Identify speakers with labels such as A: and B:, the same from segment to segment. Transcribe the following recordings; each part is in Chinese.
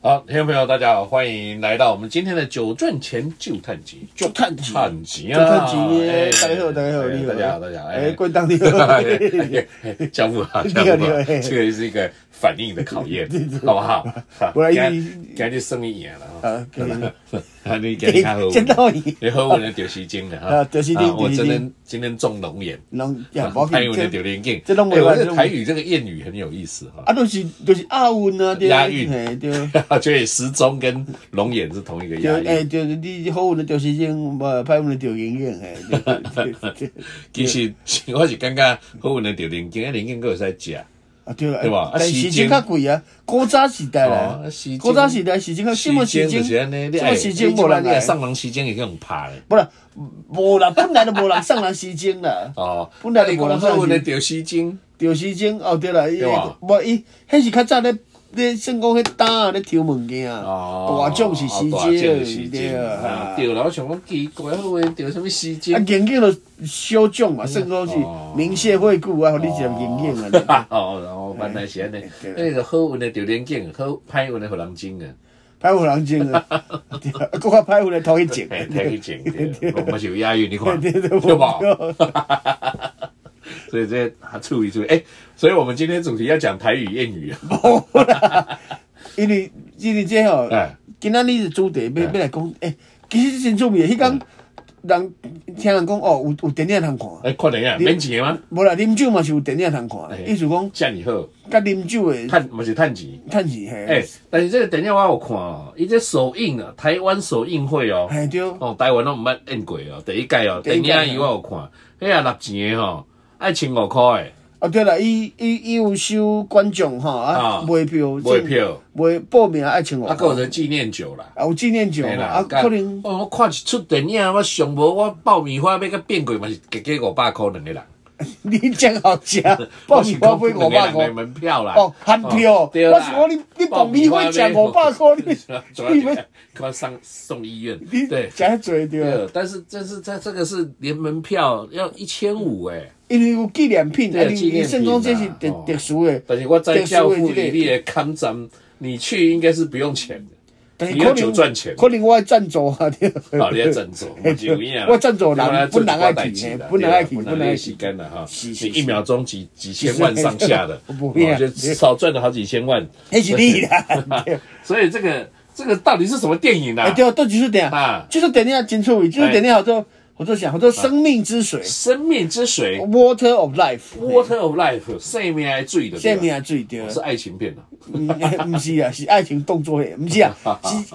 A: 好，听众朋友，大家好，欢迎来到我们今天的九赚钱就探集，
B: 就探集，
A: 探集
B: 就
A: 啊，
B: 探集耶！大家好，大家好，
A: 哎
B: 你好，
A: 大家好，大家好，
B: 哎，滚蛋，你好，
A: 教父啊，教父啊
B: 你好你好，哎
A: 这个是一个反应的考 验，好不好？
B: 我来
A: 今天
B: 你
A: 今天就胜利赢了啊！
B: 啊，给你
A: 啊，你 今天喝
B: 见到你，
A: 你喝我的丢西精了哈！
B: 啊就是你
A: 啊我
B: 就是
A: 真
B: 你
A: 的今天中龙眼，啊
B: 人也无
A: 还有我的
B: 见，
A: 丢
B: 这
A: 眼镜，
B: 这都没
A: 哎我
B: 办法
A: 这
B: 这
A: 个
B: 都
A: 台语这个谚语很有意思哈。
B: 啊，都是都是押韵啊，对
A: 押韵
B: 嘿， 对。
A: 就是时钟跟龙眼是同一个
B: 就
A: 押韵。
B: 哎，就是你好运的就是用，无歹运的就用用嘿。对 对对
A: 其实
B: 嗯
A: 是我是感觉好运的就零件，零件佫会使食。
B: 啊对啊
A: 对吧啊
B: 但
A: 时
B: 时
A: 间
B: 间较贵啊，古早时代啦
A: 哦啊时间，
B: 古早时代时间较，什么时
A: 时
B: 间？
A: 就是安尼，你哎
B: 什么时间
A: 你
B: 无人
A: 你若
B: 来？
A: 上人时间会去用拍咧。
B: 不啦，无人本来就无人送人时 间啦。
A: 哦，
B: 本来就
A: 啊
B: 无人
A: 你讲好运的
B: 上
A: 就时间，
B: 钓时钟哦，对啦，伊
A: 对吧
B: 无伊，迄是较早咧咧算讲迄单啊咧抽物件啊，
A: 哦，
B: 大种是时
A: 哦大奖是
B: 钟
A: 时
B: 对
A: 间
B: 啊
A: 啊，。对啦，我想讲奇怪，好运就什么时
B: 啊，
A: 间？
B: 眼镜就小种嘛，算讲是
A: 哦
B: 明谢惠顾啊，互你一个眼镜 啊，哎
A: 哦，然后原来是安尼，
B: 对
A: 那个好运的就零件，好歹运的互人精啊。
B: 歹有人种 啊，对啊，啊，搁较歹有咧头去种啊
A: 嘿，哎太去剪的，我们是有押韵，你看，
B: 对对
A: 对吧？
B: 对
A: 所以这还注意注意，哎，所以我们今天主题要讲台语谚语啊，
B: 因为因为这吼
A: 哎，
B: 今仔日的主题要要
A: 嗯
B: 来讲，诶，其实真趣味的，迄工人听人讲哦，有有电影通看，
A: 哎，看电影免钱的吗？
B: 无啦，啉酒嘛是有电影通
A: 哎
B: 看，意思讲
A: 这样好，
B: 甲啉酒的。
A: 探不是探钱。
B: 趁钱嘿，
A: 哎，但是这个电影我有看哦，伊这首映啊，台湾首映会哦，
B: 嘿对，
A: 哦，台湾都毋捌演过哦，第一届哦，
B: 第
A: 电
B: 一届
A: 影伊我有看，迄啊六钱的吼，爱千五块的，
B: 哦对啦，伊伊伊有收观众吼
A: 啊
B: 啊，卖票，
A: 买票，
B: 卖报名爱千五，
A: 啊，还有
B: 啊
A: 人纪念酒啦。
B: 有纪念酒
A: 嘿
B: 嘛，
A: 啦
B: 啊
A: 干
B: 可能
A: 哦，我看一出电影，我上无我爆米花要甲变贵嘛是加加五百箍两个人，
B: 你真好 食，爆米花买五百
A: 我是讲两个人的
B: 块，
A: 门票啦，
B: 哦含票，我
A: 对啦
B: 是讲你你爆米花食五百块，你
A: 主要
B: 你
A: 你
B: 们
A: 看上送医院，
B: 你
A: 对。
B: 食遐济对，
A: 对，啊但是这是这这个是连门票要一千五哎，
B: 因为有纪念品，
A: 对
B: 啊
A: 纪
B: 你
A: 念
B: 你
A: 品
B: 算讲这是
A: 啦
B: 特
A: 哦
B: 特殊的，
A: 但是我在教父
B: 特殊
A: 里
B: 的这个
A: 面的抗战，你去应该是不用钱的，
B: 但是
A: 你要
B: 可
A: 酒
B: 能
A: 赚钱
B: 可能我爱赞助啊对，
A: 好，你要赞助，我就有影啦
B: 我赞助人
A: 我要做一寡代志啦
B: 本人爱去
A: 对啦啊
B: 本
A: 本人
B: 人爱去
A: 爱时间了哈，
B: 是是
A: 你一秒钟几几千万上下的，
B: 不一样
A: 哦就少赚了好几千万，
B: 那是你 啦，对。
A: 所以这个这个到底是什么电影
B: 哎，
A: 啊？
B: 对，都就是点
A: 啊哎
B: 啊，就是点那金处理，就是点那好多好多想好多生命之水
A: 生命之水
B: ，Water of Life，
A: （Water of Life），生命爱醉的，
B: 生
A: 对
B: 命
A: 吧
B: 啊最对，
A: 是爱情片啊。
B: 嗯 不是啊，是爱情动作片，不是 啊，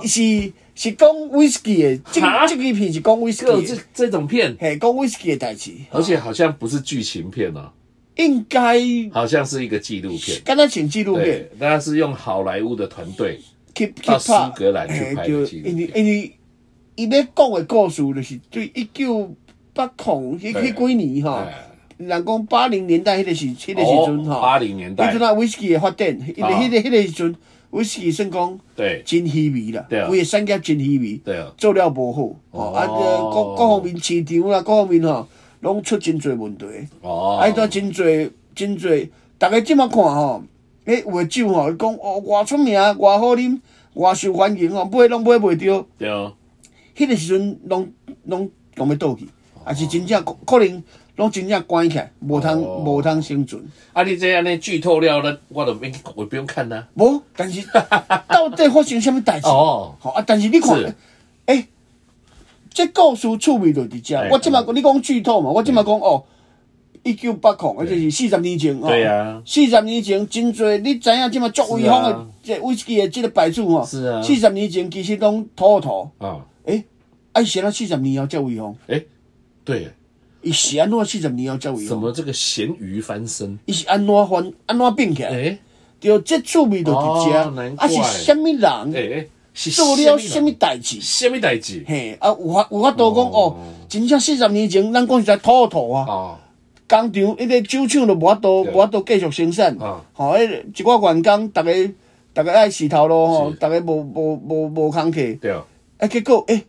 B: 是是是讲 whisky 的，这
A: 哈
B: 个这个片是讲
A: 各
B: whisky
A: 这
B: 的，
A: 这种片，
B: 嘿，讲 whisky 的代志，
A: 而且好像不是剧情片哦，
B: 应该
A: 好像是一个纪录片。
B: 刚才请纪录片
A: 对，那是用好莱坞的团队，
B: ，keep
A: 到
B: keep
A: 苏格兰去拍的纪录片
B: 因为因为伊咧讲的故事就是对一九八零迄
A: 对
B: 迄几年吼
A: 哎，哦
B: 人讲八零年代迄个时迄个时阵吼。
A: 八零年
B: 迄
A: 代
B: 阵，啊，whisky 的发展，因为
A: 啊
B: 迄个迄个时阵，whisky 算讲
A: 对
B: 真稀微啦
A: 对啊，
B: 规个产业真稀微，
A: 对哦，
B: 做了无好，
A: 哦
B: 哦，啊，呃各各方面市场啦，各方面吼，拢出真侪问题，
A: 哦
B: 啊，迄段真侪真侪，逐个即马看吼，迄有诶酒吼，伊讲哦，偌出名，偌好啉，偌受欢迎吼，买拢买袂着，
A: 对哦，
B: 迄个时阵拢拢拢要倒去，
A: 哦
B: 啊是真正可能拢真正关起来，无通
A: 哦
B: 无通生存。
A: 啊，你这样呢剧透料呢，我都免，我不用看呐。
B: 无，但是 到底发生什么代志？
A: 哦
B: 好啊，但是你看
A: 是，
B: 诶、这故事趣味就伫遮
A: 哎。嗯
B: 我即马你讲剧透嘛，我即马讲哦，一九八零，而且是四十年前哦。
A: 对啊
B: 四十年前真多，你知影即马作威风
A: 是
B: 的
A: 啊
B: 这威士忌的这个牌子吼。
A: 是啊
B: 四十年前其实拢土土，哎
A: 啊，
B: 诶、爱写到四十年后才威风，
A: 哎，对，
B: 伊是安怎四十年后才威
A: 怎
B: 风？
A: 么这个咸鱼翻身？
B: 伊是安怎翻安怎变起来？
A: 哎
B: 对，这趣味就伫遮
A: 哦难。
B: 啊是
A: 怪
B: 虾米人？
A: 哎哎，是
B: 做了什么代志？
A: 什么代志？
B: 嘿，啊有法有法度讲
A: 哦
B: 哦，真正四十年前，咱讲实在土土啊，
A: 哦，
B: 工厂迄个酒厂都无法度
A: 对
B: 无法度继续生产，
A: 啊
B: 吼，迄个一寡员工，逐个逐个爱洗头路吼，
A: 是
B: 逐个无无无无工课，
A: 对哦，
B: 啊，结果诶，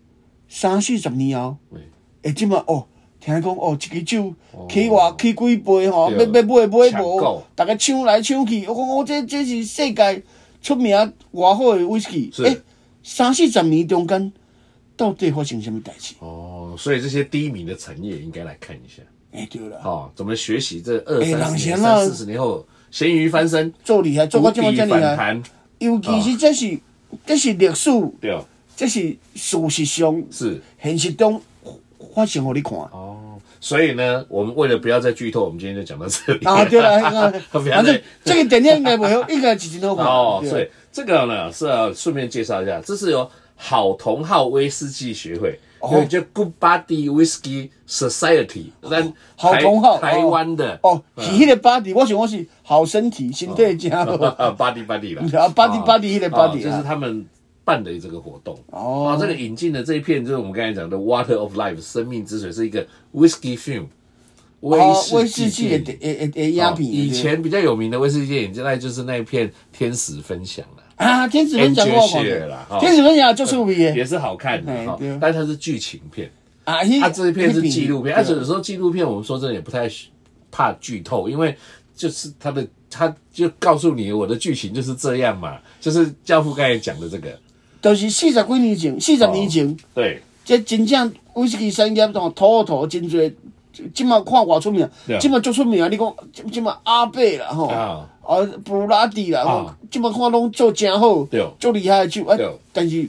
B: 三四十年后，
A: 哎
B: 诶，即嘛哦。听讲哦，一支酒
A: 哦
B: 起偌起几倍吼，要
A: 对
B: 要买买
A: 抢
B: 无
A: 购，
B: 哦逐个抢来抢去。我讲我这这是世界出名偌好的威士忌，
A: 是
B: 诶、三四十年中间到底发生什么代志？
A: 哦，所以这些低迷的产业应该来看一下，
B: 诶、对啦，
A: 哦，怎么学习这二
B: 哎
A: 三
B: 人
A: 十
B: 先
A: 年、
B: 啊
A: 三四十年后咸鱼翻身，
B: 做厉害，做
A: 无
B: 到这么
A: 底
B: 这么厉
A: 反
B: 害，
A: 弹，
B: 尤其是这是、这是历史，
A: 对哦，
B: 这是事实上
A: 是
B: 现实中发生互你看。
A: 哦。所以呢，我们为了不要再剧透，我们今天就讲到这里
B: 啊，对了，
A: 不要
B: 反正
A: 再
B: 这个电影应该不会，应该是真好看。
A: 哦，
B: 对
A: 所以这个呢是要顺便介绍一下，这是由好同好威士忌学会，
B: 哦
A: 对，叫 Good Buddy Whisky Society，咱
B: 好
A: 台
B: 同好
A: 台湾的
B: 哦，是迄个 body，我想我是好身体，身体真好。
A: ，Buddy Buddy 啦
B: 啊，buddy- buddy 那个 buddy
A: 哦就是他们办的这个活动。
B: 啊哦
A: 啊这个引进的这一片就是我们刚才讲的 Water of Life 生命之水，是一个 Whisky film 威
B: 哦，威士
A: 士忌
B: 忌
A: 电
B: 也
A: 影
B: 得也也也鸦
A: 哦
B: 片。
A: 以前比较有名的威士忌电影，现在就是那一片《天使分享》了。
B: 啊，天使分享我有看
A: Angel Share 啦
B: 过，
A: 哦
B: 天使分享就是有味的
A: 也是好看的
B: 哎
A: 哈
B: 对，
A: 但它是剧情片，
B: 啊，迄
A: 它这一片是纪录片，而且
B: 对
A: 有时候纪录片我们说真的也不太怕剧透，因为就是它的它就告诉你我的剧情就是这样嘛，就是教父刚才讲的这个，
B: 就是四十几年前，四十年
A: 哦
B: 前，
A: 对，
B: 这真正威士忌产业同土土真侪，即马看偌出名
A: 对，啊
B: 即马足出名。你讲即即马阿贝啦吼，
A: 啊
B: 啊布拉迪啦吼
A: 啊，
B: 即马看拢做真好
A: 对，
B: 足厉害的酒，啊
A: 对，
B: 但是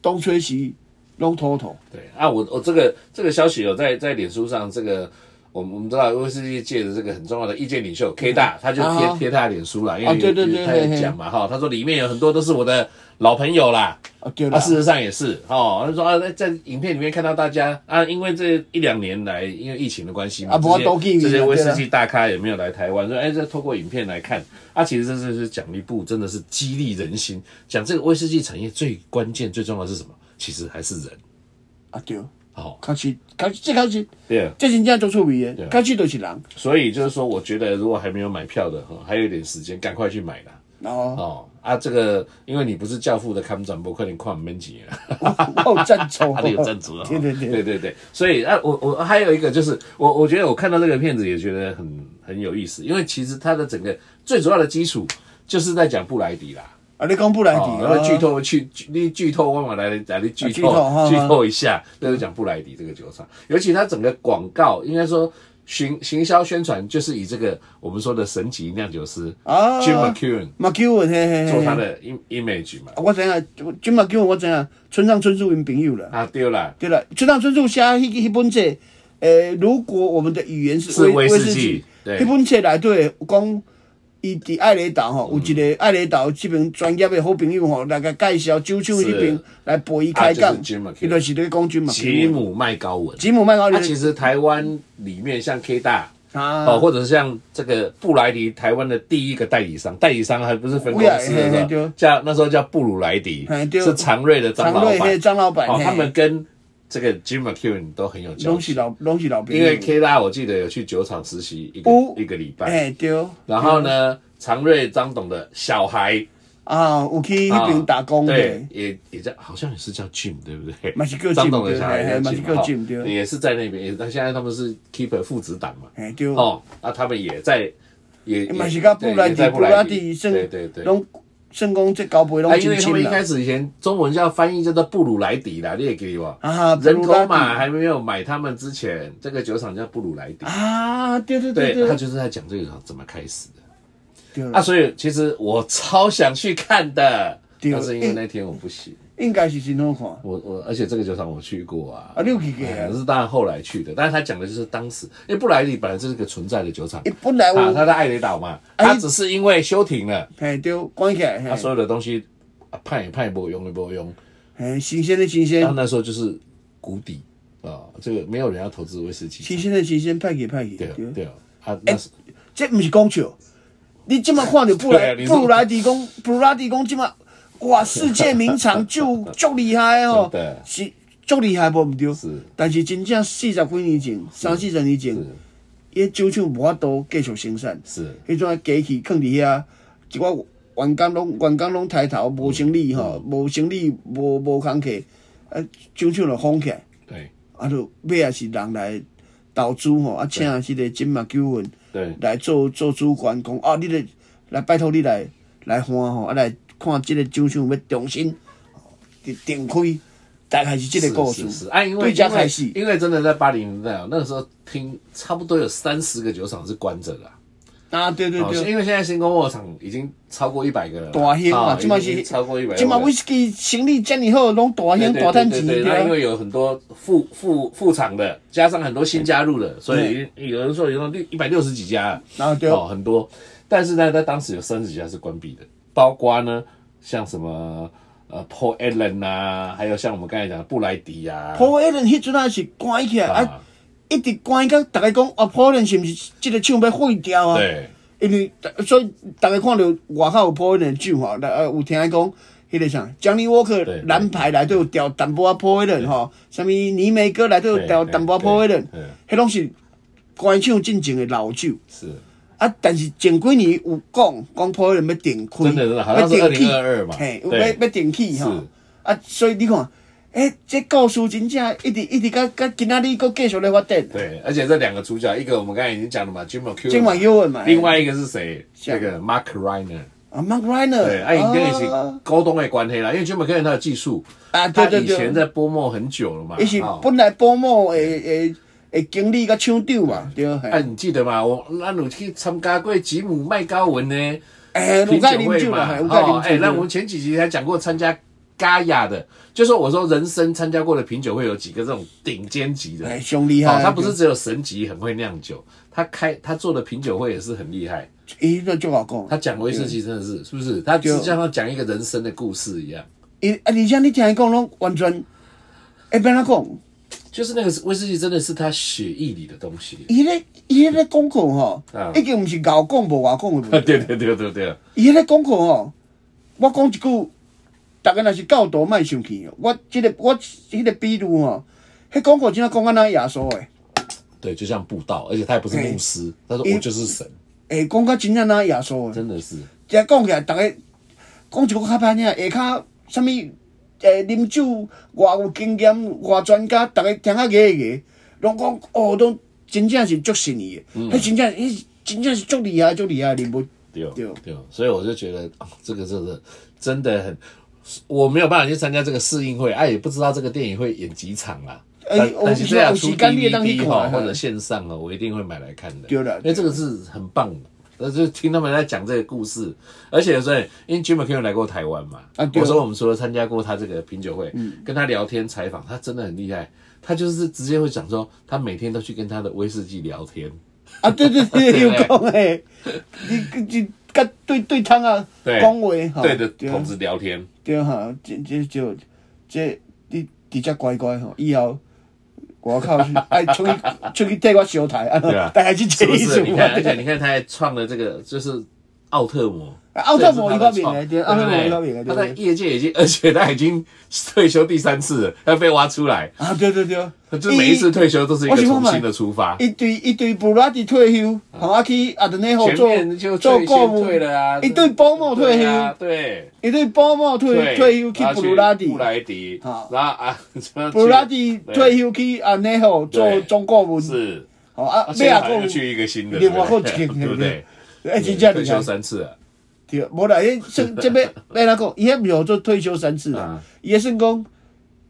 B: 当初时拢土土，
A: 对啊，我我这个这个消息有在在脸书上，这个我们我们知道威士忌界的这个很重要的意见领袖 K 大，他就贴、
B: 啊
A: 贴他的脸书啦，因
B: 啊
A: 为、
B: 对对对
A: 他也
B: 嘿嘿
A: 讲嘛哈，他说里面有很多都是我的老朋友啦。
B: 啊对
A: 啊，
B: 啦，
A: 事实上也是哦。他说啊，在在影片里面看到大家啊，因为这一两年来，因为疫情的关系嘛，
B: 啊
A: 这
B: 不过
A: 些
B: 都去
A: 这些
B: 了
A: 威士
B: 对啊
A: 忌大咖也没有来台湾，说哎，这透过影片来看，啊，其实这就是讲一部真的是激励人心。讲这个威士忌产业最关键、最重要的是什么？其实还是人。
B: 啊对，
A: 好、哦，
B: 确实，确实，这确实，
A: 对啊。
B: 这真正足趣味
A: 对
B: 的，确实就是人，
A: 所以就是说，我觉得如果还没有买票的，哦还有一点时间，赶快去买啦。
B: 然后
A: 哦啊，这个因为你不是教父的看转播，快点看门几了。，
B: 我有赞助
A: 他的有赞助了，
B: 对对对。
A: 对对对所以啊，我我还有一个就是，我我觉得我看到这个片子也觉得很很有意思，因为其实它的整个最主要的基础就是在讲布莱迪啦，
B: 啊，你讲布莱迪
A: 哦，，然后剧透去剧你剧透，我们来来来剧
B: 啊剧
A: 透
B: 透哈
A: 剧透一下，就是讲布莱迪这个酒厂，尤其它整个广告应该说。行行销宣传就是以这个我们说的神级酿酒师
B: 啊嗯
A: Jim McEwen
B: 马基文嘿嘿嘿，
A: 做他的 im- image 嘛
B: 啊我知影，即马叫我知影，村上春树因朋友啦，
A: 啊对啦，
B: 对啦，村上春树写迄迄本册，诶、如果我们的语言是
A: 是威士忌
B: 士忌，
A: 对
B: 迄本册内底有讲，伊伫爱雷岛
A: 嗯
B: 吼，有一个爱雷岛即边专业的好朋友吼，来甲介绍酒厂迄边
A: 是
B: 来陪伊开
A: 啊
B: 讲
A: 就是 Jim McEwen，
B: 伊就是咧讲军马
A: 吉姆麦高文，
B: 吉姆麦高
A: 那
B: 利
A: 其实台湾里面像 K 大
B: 啊
A: 哦，或者是像这个布莱迪，台湾的第一个代理商，代理商还不是分公司
B: 乌鸦嘿嘿
A: 的，是
B: 对
A: 吧叫那时候叫布鲁莱迪
B: 嘿，对
A: 是常瑞的张
B: 常
A: 老
B: 瑞嘿
A: 板，
B: 张老板
A: 哦
B: 嘿，
A: 他们跟这个 Jim McEwen 都很有交
B: 拢是
A: 集，
B: 老拢是老朋
A: 因
B: 友，
A: 为 K 大我记得有去酒厂实习一个
B: 有
A: 一个礼拜，
B: 哎对，
A: 然后呢，常瑞张董的小孩
B: 啊，有去迄边打工的。
A: 啊对，也也叫好像也是叫 Jim 对不对？
B: 嘛是叫 Jim，
A: 张董的小
B: 对
A: 孩
B: 嘿嘛是叫 Jim，
A: 哈
B: 对
A: 哦也是在那边，也那现在他们是 Keeper 父子档嘛，
B: 嘿对
A: 哦，那他们也在也也
B: 嗯嘛是甲布
A: 对
B: 莱
A: 也
B: 迪
A: 在
B: 布拉迪
A: 迪
B: 算
A: 对对对。
B: 拢算讲这交配
A: 啊，
B: 拢
A: 因为
B: 真
A: 他们
B: 亲
A: 一
B: 啦
A: 开。始以前中文叫翻译叫做布鲁莱迪啦，你也给我
B: 啊布
A: 人
B: 鲁拉
A: 口
B: 迪
A: 马还没有买他们之前，这个酒厂叫布鲁莱迪，
B: 啊，对对
A: 对他
B: 对
A: 就是在讲这个怎么开始的
B: 对
A: 啊，
B: 啦，
A: 所以其实我超想去看的，
B: 对
A: 但是因为那天我不行。
B: 应该是真好看。
A: 我我，而且这个酒厂我去过啊，
B: 啊你有去过啊
A: 哎是当然后来去的，但是他讲的就是当时，因为布莱迪本来就是个存在的酒厂
B: 伊，本来
A: 啊，
B: 有
A: 他在爱雷岛嘛，
B: 哎
A: 他只是因为休停了，
B: 嘿对关起来，
A: 他所
B: 嘿
A: 有的东西啊判也判也不用也不用，
B: 嘿新鲜的新
A: 他
B: 鲜，
A: 那时候就是谷底啊，这个没有人要投资威士忌，
B: 新鲜的新鲜，派去派去。
A: 对
B: 对，哎
A: 对啊，那是
B: 这毋是讲笑。你即马看着布莱
A: 对啊你
B: 布鲁莱迪讲布鲁拉迪讲即马哇世界 名厂就足厉害的哦
A: 真的，
B: 是足厉害无毋对
A: 是。
B: 但是真正四十几年前，三四十年前，伊的酒厂无法度继续生产。
A: 是
B: 迄种机器放伫遐，一寡员工拢员工拢抬头无生理吼，无生理无无工课，啊，酒厂就封起来，
A: 对
B: 啊，就尾也是人来投资吼，啊，请即个金马九文
A: 对
B: 来做做主管，讲啊，你来来拜托你来来看吼，啊来看即个酒厂要重新哦重开，大概是即个故
A: 是是
B: 事
A: 是，啊，因为
B: 对这
A: 因
B: 开
A: 为
B: 始，
A: 因为真的在八零年代哦，那个时候听差不多有三十个酒厂是关着的啊、
B: 啊，对对
A: 哦，
B: 对。
A: 因为现在星光牧场已经超过一百个了啦，
B: 大兴嘛，
A: 啊
B: 即马
A: 已
B: 是
A: 经超过一百，
B: 即马 whisky 生意遮尔好，拢大
A: 对
B: 兴
A: 对
B: 大趁钱
A: 对对对，那因
B: 对啊。
A: 为有很多副副副厂的，加上很多新加入的，所以有人说有那六一百六十几家了，
B: 然后对
A: 哦，很多。但是呢，在当时有三十几家是关闭的，包括呢，像什么呃 Paul Allen 啊，还有像我们刚才讲的布莱迪啊，
B: ，Paul Allen 迄阵啊是关起来，啊
A: 啊，
B: 一直关到逐个讲，啊 Paul Allen 是毋是即个厂要废掉啊？
A: 对，
B: 因为所以逐个看到外口有 Paul Allen 的酒吼，来呃有听伊讲。迄个啥，Johnny
A: 对
B: Walker 蓝牌内底有调淡薄仔 Paul Allen 吼，啥物尼梅哥内底有调
A: 对
B: 淡薄仔
A: 对
B: 啊 Paul
A: 对
B: Allen，
A: 对
B: 迄拢是关厂进前的老酒。
A: 是
B: 啊，但是前几年有讲讲破人要电开，
A: 真的真的好像是
B: 要电器
A: 2022嘛
B: 嘿，有
A: 对
B: 要要电器吼
A: 是。
B: 啊，所以你看，诶、这故事真正一直一直到到今仔日佫继续咧发展。
A: 对，而且这两个主角，一个我们刚才已经讲了嘛，Jim m c e w
B: Jim McEwan 嘛哎
A: 另外一个是谁？
B: 像
A: 那个 Mark Reiner。
B: 啊，Mark Reiner，
A: 对，啊，因跟一起
B: 啊
A: 沟通的关系啦，因为 Jim m c e w 他的技术
B: 啊对对对
A: 他以前在波莫很久了嘛，
B: 伊是
A: 哦
B: 本来保姆的的的经理甲厂长嘛，对，嘿
A: 啊，你记得嘛？我咱有去参加过吉姆麦高文呢，
B: 诶、哎有
A: 品
B: 甲
A: 酒
B: 啉
A: 会
B: 酒啦，
A: 嘛
B: 嘿，有，甲
A: 哦，哎，
B: 啉
A: 那
B: 酒
A: 我们
B: 对。
A: 前几集还讲过参加。嘎雅的，就说我说人生参加过的品酒会有几个这种顶尖级的，
B: 哎，上厉害
A: 哦
B: 啊！，
A: 他不是只有神级很会酿酒，他开他做的品酒会也是很厉害。
B: 对，伊都足好讲。
A: 他讲威士忌真的是是不是？他就像他讲一个人生的故事一样，
B: 伊啊，而且你听伊讲，拢完全，会变哪讲？
A: 就是那个威士忌真的是他血液里的东西。
B: 伊咧伊迄个广告吼
A: 啊，
B: 已经毋是咬讲无外讲诶
A: 对
B: 问题。
A: 对对对对，
B: 伊迄个广告吼，我讲一句，逐个若是教导莫生气哦。我即、个我迄个比如吼，迄广告真正讲啊那耶稣诶，
A: 对，就像布道，而且他也不是牧师，他说我就是神，
B: 诶，讲甲真正那耶稣诶。
A: 真的是。
B: 即讲起来，逐个讲一句较歹听，下骹啥物诶，啉酒偌有经验，偌专家，逐个听啊个个，拢讲哦，拢真正是足神伊诶，迄、
A: 嗯
B: 真正迄真正是足厉害足厉害的人物。
A: 对哦
B: 对哦
A: 对哦，所以我就觉得啊、这个真的真的很，我没有办法去参加这个试映会，哎、也不知道这个电影会演几场啦。
B: 哎
A: 但
B: 我
A: 但是
B: 有
A: 这样
B: 有
A: 出
B: 时间你也当去
A: DVD
B: 看
A: 哈
B: 嗯
A: 或者线上哦，我一定会买来看的。
B: 对了
A: 因为这个是很棒的。那就听他们在讲这个故事，而且有时候因为 Jim McKeon 来过台湾嘛，
B: 啊对嗯
A: 我说我们除了参加过他这个品酒会，跟他聊天采访，他真的很厉害，他就是直接会讲说，他每天都去跟他的威士忌聊天，
B: 啊，对对对，
A: 对
B: 有讲诶，你你甲对对窗啊
A: 对
B: 讲话哈，
A: 对着
B: 对啊
A: 桶子聊天，
B: 对哈，这这就这你直接乖乖吼，以后外口 去爱出去出去替我烧台啊
A: 对啊，
B: 大概是 这
A: 是不
B: 个意思
A: 是？你看，而且
B: 对
A: 你看，他还创了这个，就是奥特摩。
B: 啊奥特摩一个名的
A: 这也是
B: 对
A: 他
B: 奥
A: 的
B: 特摩一
A: 创对不对
B: 个名的对
A: 他在业界已经，而且他已经退休第三次了，他被挖出来，
B: 啊，对对对，
A: 就是每一次退休都是一个
B: 我是说
A: 重
B: 嘛
A: 新的出发。
B: 一堆一堆布拉迪退休，好啊去阿德内
A: 嗯
B: 后
A: 前
B: 做
A: 面就
B: 做
A: 退
B: 国
A: 先
B: 务，
A: 退了啊，
B: 一对保姆退
A: 对
B: 休
A: 啊，，对。
B: 一对保姆退
A: 对
B: 退休去
A: 然后
B: 布鲁拉迪，
A: 布莱迪，然
B: 好
A: 后啊，
B: 布拉迪
A: 对
B: 退休去安内后做
A: 对
B: 中国文，
A: 是，
B: 好啊，
A: 现在
B: 亚
A: 好
B: 国
A: 像又去一个新的，
B: 另
A: 对
B: 外
A: 不
B: 还有
A: 对？
B: 一个
A: 对不对？
B: 哎，真正
A: 退
B: 厉
A: 休
B: 害，
A: 三次啊，
B: 对，无啦，迄算这边要哪讲，伊迄没有做退休三次啦
A: 啊，
B: 伊迄算讲。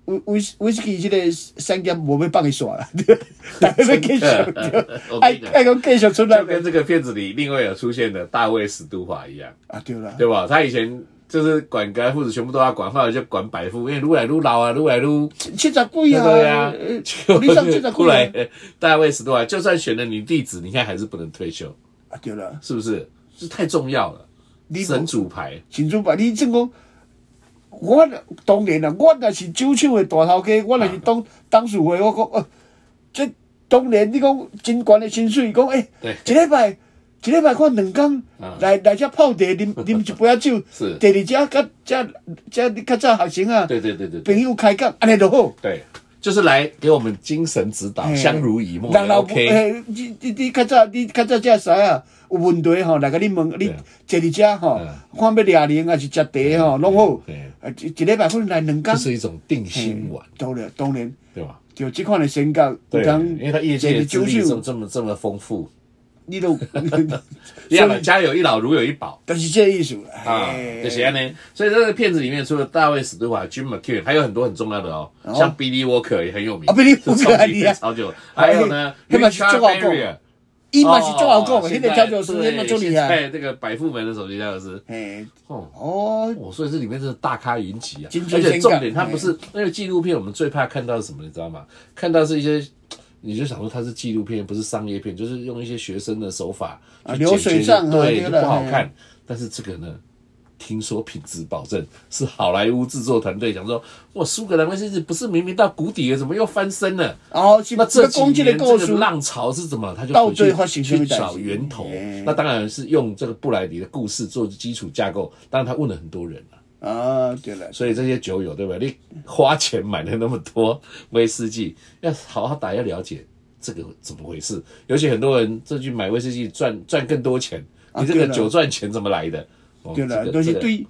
B: 威威威士忌即个产业无要放伊煞啦， 对，大家要继续对，
A: 我跟
B: 爱
A: 你讲
B: 爱讲继续出来
A: 就跟这个片子里另外有出现的大卫史都华一样。
B: 啊，对啦，
A: 对吧？他以前就是管干父子全部都要管，后来就管百富，因为撸来撸老啊，撸来撸，
B: 七十几啊，
A: 对啊
B: 呃，
A: 就
B: 你上七十
A: 后
B: 几
A: 来
B: 啊，
A: 大卫史都华，就算选了女弟子，你看还是不能退休，
B: 啊对啦，
A: 是不是？这太重要了，
B: 你
A: 神主牌，
B: 神主吧，你正讲，我当然啦，我若是酒厂的大头家，我若是当董事会，我讲，呃，这当然你讲真悬的薪水，讲，诶、
A: 对
B: 一礼拜，一礼拜看两工，来来遮泡茶，啉啉一杯仔酒，
A: 是
B: 第二只甲遮遮你较早学生啊，
A: 对对对对对
B: 朋友开讲，安尼就好。
A: 对，就是来给我们精神指导，
B: 嘿
A: 相濡以沫
B: 人
A: 也
B: 嗯老哎
A: ，OK，
B: 诶，你你你较早你较早食啥啊？有问题吼，来甲你问，你
A: 啊
B: 坐伫遮吼
A: 嗯，
B: 看要掠人还是食茶吼，拢好
A: 对啊。
B: 啊，一一礼拜可能来两工
A: 这。是一种定心丸，
B: 当然当然，
A: 对吧？
B: 就即款的身价有
A: 对，
B: 通
A: 因为他业界的资历这么
B: 坐伫酒
A: 这么这么丰富，
B: 你都，
A: 一样的，家有一老，如有一宝
B: 就是这意思啦。
A: 啊，
B: 嘿
A: 就是安尼。所以这个片子里面，除了大卫史都华、Jim McKeon，还有很多很重要的哦，像 Billy Walker 也很有名
B: 啊，Billy
A: 这
B: Walker
A: 超级
B: 厉害哎
A: 超久。还有呢
B: 那个是
A: ，Richard
B: 最好讲
A: Barrier，
B: 伊嘛是做好讲的，
A: 哦
B: 迄个调酒师，
A: 对
B: 迄嘛做厉
A: 现
B: 害。
A: 在这个百富门的首席调酒师，
B: 嘿，
A: 哦。
B: 哦，
A: 我所以这里面真的大咖云集啊
B: 金！枝嗯
A: 而且
B: 尖
A: 重
B: 干
A: 点，它不是那个纪录片，我们最怕看到是什么，你知道吗？看到是一些，你就想说它是纪录片，不是商业片，就是用一些学生的手法
B: 啊
A: 去
B: 流
A: 剪
B: 水
A: 接
B: 账啊
A: 对，
B: 对
A: 就
B: 了
A: 不好
B: 哎
A: 看。但是这个呢，听说品质保证，是好莱坞制作团队讲说，哇，苏格兰威士忌不是明明到谷底了，怎么又翻身了？
B: 然后哦是
A: 那
B: 要
A: 这几
B: 讲这
A: 年
B: 个
A: 这
B: 故
A: 个
B: 事，
A: 浪潮是怎么？他就
B: 到
A: 回
B: 最后
A: 去
B: 形成
A: 去
B: 一代
A: 找源头
B: 哎。
A: 那当然是用这个布莱迪的故事做基础架构。当然他问了很多人啊，
B: 啊，对了，
A: 所以这些酒友对不对？你花钱买了那么多威士忌，要好好打要了解这个怎么回事。尤其很多人这去买威士忌赚赚更多钱，
B: 啊
A: 你这个
B: 对了
A: 酒赚钱怎么来的？哦
B: 对
A: 这
B: 了，
A: 个
B: 就是
A: 这个
B: 对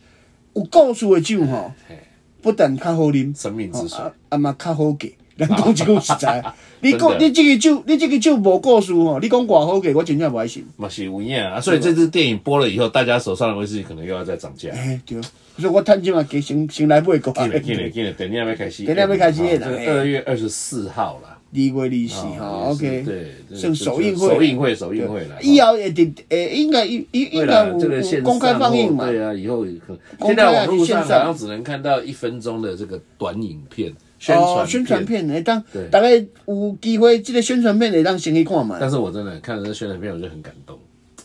B: 有故事的酒吼
A: 嘿，
B: 不但较好啉，
A: 生命之水
B: 哦啊啊嘛较好价。 咱讲一句实在，你
A: 真
B: 讲
A: 的
B: 你这个酒，你这个酒无故事吼，你讲偌好价，我真正不爱信。
A: 嘛是无厌啊。所以这支电影播了以后，大家手上的威士忌可能又要再涨 价。
B: 哎，对，所以我趁即嘛加先先来买个。
A: 进来进来进来，等一下要开始，
B: 等一下要开始演了
A: 这
B: 嘿
A: 二月二十四号啦。
B: 二月二十四号
A: 哦
B: ，OK，
A: 对这个
B: 算首映会，
A: 首映会首映会啦
B: 以后会定，诶，应该应应
A: 对
B: 应该
A: 啦，
B: 有
A: 这个线
B: 有公开放映嘛，
A: 对啊，以后可能
B: 公开
A: 现在网
B: 啊
A: 络上
B: 线
A: 好
B: 上
A: 像只能看到一分钟的这个短影片宣
B: 哦
A: 传，
B: 宣传
A: 片。
B: 片会当
A: 对，
B: 大概有机会，这个宣传片会当先去看嘛，
A: 但是我真的看了这宣传片，我就很感动，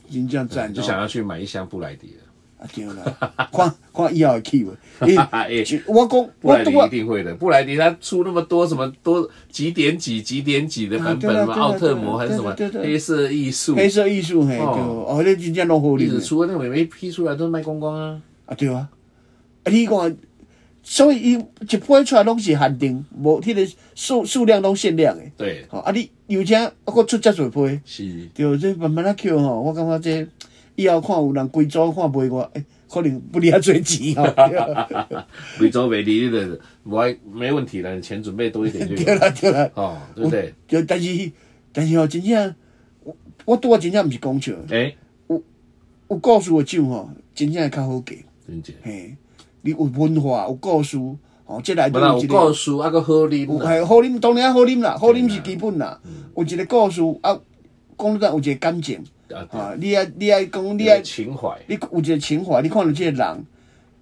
B: 真正赞哦，
A: 就想要去买一箱布莱迪了。
B: 啊对啦， 看看以后 会去无，因
A: 哎
B: 就我讲
A: 布
B: 我
A: 莱迪
B: 拄
A: 一
B: 啊，
A: 定会的，布莱迪他出那么多什么多几点几几点几的版本
B: 啊对啊
A: 什么
B: 对啊
A: 奥特摩还是什么
B: 对啊对啊对啊
A: 黑色艺术，
B: 黑色艺术嘿，对，
A: 哦
B: 哦，你真正拢好
A: 一
B: 啉
A: 直
B: 的。
A: 出那个每每一批出来都卖光光啊。
B: 啊对啊，啊你看，所以伊一批出来拢是限定，无迄个数数量拢限量的。
A: 对，
B: 吼啊你而且啊佫出遮侪批，
A: 是。
B: 对，这慢慢仔捡吼，我感觉这以后看有人规组看卖我，诶、可能不哩遐侪钱哦吼。对啦
A: 贵州美丽的，我没问题了，你钱准备多一点就
B: 对
A: 有，
B: 啦对啦，
A: 哦，对不对？
B: 就但是但是吼、真正我我拄啊真正毋是讲笑，
A: 哎，
B: 有故事的酒吼、真正会较好价，
A: 林姐，
B: 嘿，你有文化有故事，吼、这内
A: 不
B: 底
A: 然
B: 有
A: 我
B: 一个。
A: 告诉啊个好你
B: 有系好啉，当然啊好啉啦，好啉是基本啦。
A: 嗯
B: 有一个故事啊，讲到有一个感情
A: 啊，
B: 啊，你爱你爱讲你
A: 你的
B: 爱
A: 情怀，
B: 你有一个情怀，你看到这个人，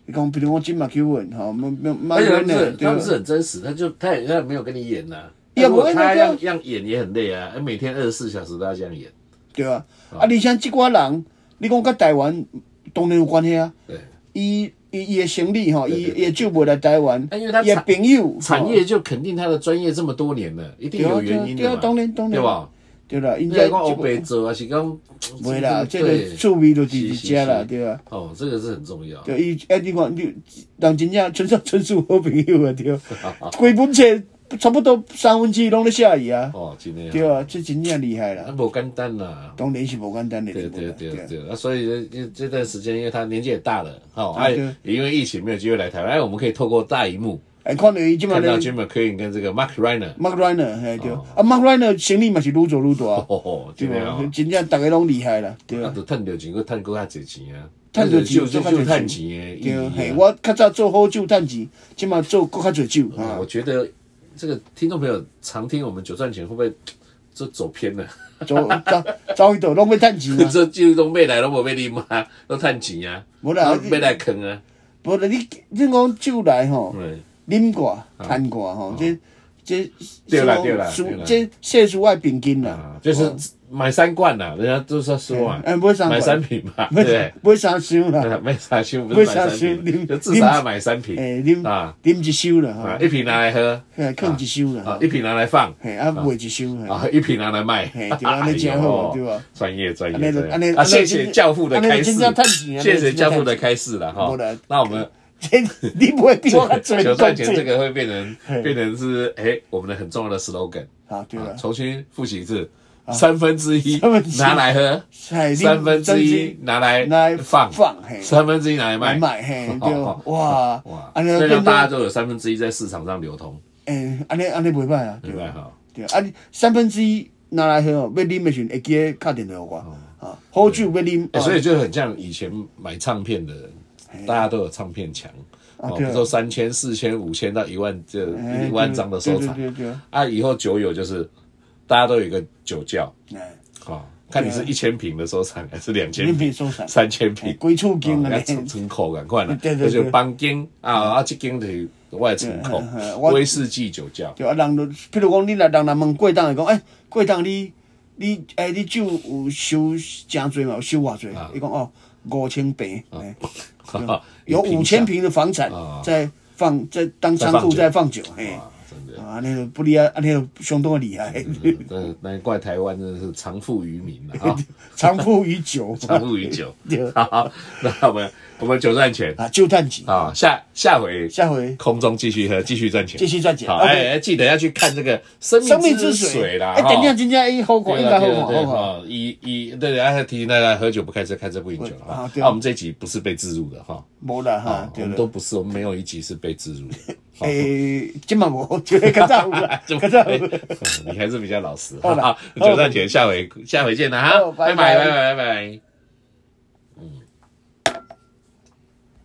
B: 你讲比如我金马球文吼，
A: 嗯
B: 没没没
A: 而且他们哎是
B: 对
A: 他们是很真实，他就他也他也没有跟你演呐，
B: 也
A: 如果
B: 不会
A: 他
B: 那
A: 要
B: 个
A: 要演也很累啊，每天二十四小时都要这样演，
B: 对啊。啊，而且即寡人，你讲甲台湾当然有关系啊。
A: 对，
B: 伊伊伊的生理吼，伊
A: 对对
B: 伊的酒袂来台湾，
A: 啊因为他
B: 伊的
A: 产
B: 朋友
A: 产
B: 吼
A: 业就肯定他的专业这么多年了，一定有原因
B: 对
A: 的
B: 啊对啊
A: 嘛，
B: 当然当然
A: 对吧？
B: 对啦，因
A: 你
B: 在
A: 讲欧北做啊，是讲，
B: 袂啦，这个
A: 对
B: 趣味就是一
A: 是
B: 遮啦，
A: 是
B: 对啊。
A: 哦，这个是很重要，
B: 对，伊啊，你看，你人真正纯属纯属好朋友啊， 对。规本册差不多三分之一拢咧写伊啊，
A: 哦，今天
B: 对啊，这真正厉害
A: 啊，
B: 啦，
A: 不简单啦。
B: 当然是无简单的。
A: 对对
B: 对
A: 对
B: 啊
A: 对，那、所以这这段时间，因为他年纪也大了，哦，
B: 啊
A: 哎、
B: 对
A: 也因为疫情没有机会来台湾，哎，我们可以透过大荧幕
B: 哎，看到伊即马
A: 看
B: 咧
A: 到 Jim McCain 跟这个 Mark Reiner，
B: ，Mark Reiner，嘿对，啊，Mark Reiner 生理嘛是愈做愈大，
A: 哦吼，
B: 对
A: 真
B: 啊
A: 的
B: 吧
A: 哦？，
B: 真正逐个拢厉害啦，对
A: 啊，
B: 啊，
A: 都赚到钱，搁赚搁较侪钱啊，
B: 赚到钱
A: 就就
B: 赚到
A: 就
B: 钱
A: 赚钱的意义
B: 对啊，嘿，
A: 啊。
B: 我较早做好酒趁钱，即马做搁较侪酒
A: 啊
B: 啊
A: 我，觉得这个听众朋友常听我们酒赚钱，会不会 就啊走偏了？
B: 走走走去倒拢要趁钱 啊，
A: 这就是拢未来拢无要啉啊，都赚钱啊，
B: 无啦
A: 然后要来坑啊，
B: 无啦，你你讲酒来吼。
A: 嗯，啊
B: 啉过、趁过吼，这这
A: 对啦
B: 这
A: 对啦
B: 输
A: 对啦
B: 这世俗爱平均啦
A: 啊，，就是买三罐呐，人家都说说嘛，
B: 哎哦买三
A: 买
B: 罐
A: 三瓶 嘛，对
B: 买
A: 不对。
B: 买三箱啦，
A: 啊买三箱不是买
B: 买
A: 三
B: 三箱
A: 瓶，
B: 你
A: 就至少要买三瓶。
B: 诶，哎啉
A: 啊
B: 啉一箱啦，
A: 啊，
B: 吼
A: 一瓶拿来喝，
B: 嘿，放一箱啦，
A: 啊，
B: 吼
A: 一瓶拿来放，
B: 嘿，啊卖一箱嘿，
A: 啊，一瓶拿来卖，哎
B: 嘿对啊那这样好对吧？
A: 专业专业，
B: 安尼就
A: 专业
B: 安
A: 啊，
B: 尼安尼
A: 谢谢教父的开
B: 安尼就
A: 示
B: 真正赚钱，啊
A: 谢谢
B: 安尼就真正
A: 教父的开示了哈
B: 无啦。
A: 那我们
B: 这 你不会 比 我较
A: 这
B: 最
A: 九赚钱这
B: 个
A: 个会变成变成是哎我们的很重要的 slogan
B: 啊，对
A: 啊
B: 啦，，
A: 重新复习一次，三分之一
B: 三分之一
A: 拿来喝，
B: 嘿
A: 三分之一拿来
B: 来
A: 放
B: 放嘿
A: 三分之一拿来卖
B: 来买嘿，对啊
A: 好好，
B: 哇
A: 哇，
B: 安尼
A: 这
B: 变
A: 让大家
B: 做
A: 都有三分之一在市场上流通，
B: 诶，安尼安尼袂歹啊，
A: 对不
B: 对
A: 对
B: 吧？
A: 哈？
B: 对啊，你三分之一拿来喝哦，要啉的时阵会记得敲电话互我。啊，好酒要啉，
A: 哦欸
B: 哦
A: 所以就很像以前买唱片的人，大家都有唱片墙，哦，
B: 对啊
A: 不说三千、四千、五千到一万这
B: 哎
A: 一万张的收藏
B: 对对对对对
A: 啊，以后酒友就是大家都有一个酒窖，
B: 哎，
A: 啊，看你是一千瓶的收藏还是两千
B: 你
A: 瓶
B: 别收藏
A: 三千瓶
B: 哎，几处经
A: 哦要
B: 啊咧，
A: 存存口赶快了，
B: 对对对
A: 就是帮间啊啊，这间就是我的存口
B: 对嗯嗯我
A: 威士忌酒窖，
B: 对啊，人就，譬如讲，你来人来问过当会讲，哎、过当你你哎、你酒有收诚多嘛？有收偌多？
A: 啊
B: 伊讲、哦，五千平，哎
A: 哈
B: 对
A: 哈
B: 有五千
A: 啊下
B: 平的房产
A: 啊，
B: 在放在当仓库在放酒，嘿，
A: 哇，真的。
B: 啊，那个不厉害，啊，那个相当厉害，
A: 嗯，难怪台湾真的是长富于民了啊，
B: 长富于酒，
A: 长富于酒
B: 对。
A: 好，那我们我们酒赚钱
B: 啊，就赚钱，
A: 啊，下下回
B: 下回
A: 空中继续喝，继续赚钱，
B: 继续赚钱
A: 好，
B: OK
A: 哎，哎记得要去看这个生
B: 生
A: 命
B: 命
A: 之
B: 之
A: 水
B: 水
A: 啦。
B: 哎，
A: 哈
B: 等一下，真正伊好看，
A: 对
B: 应
A: 了
B: 该好
A: 对
B: 看，
A: 了对了，
B: 好看。
A: 哦以以对对，还提醒大家喝酒不开车，开车不饮酒了哈
B: 啊。对
A: 那我们这一集不是被植入的哈，
B: 无啦
A: 啊
B: 哈，，
A: 我
B: 对
A: 们
B: 了
A: 都，不是，我们没有一集是被植入 的。好，
B: 哎诶，今嘛无， 就较早有 啦
A: 就
B: 较早
A: 哎
B: 有啦。
A: 你还是比较老实。
B: 啊好啦
A: 好，九段前下回下回见了哈
B: 好，拜
A: 拜
B: 拜
A: 拜拜拜拜。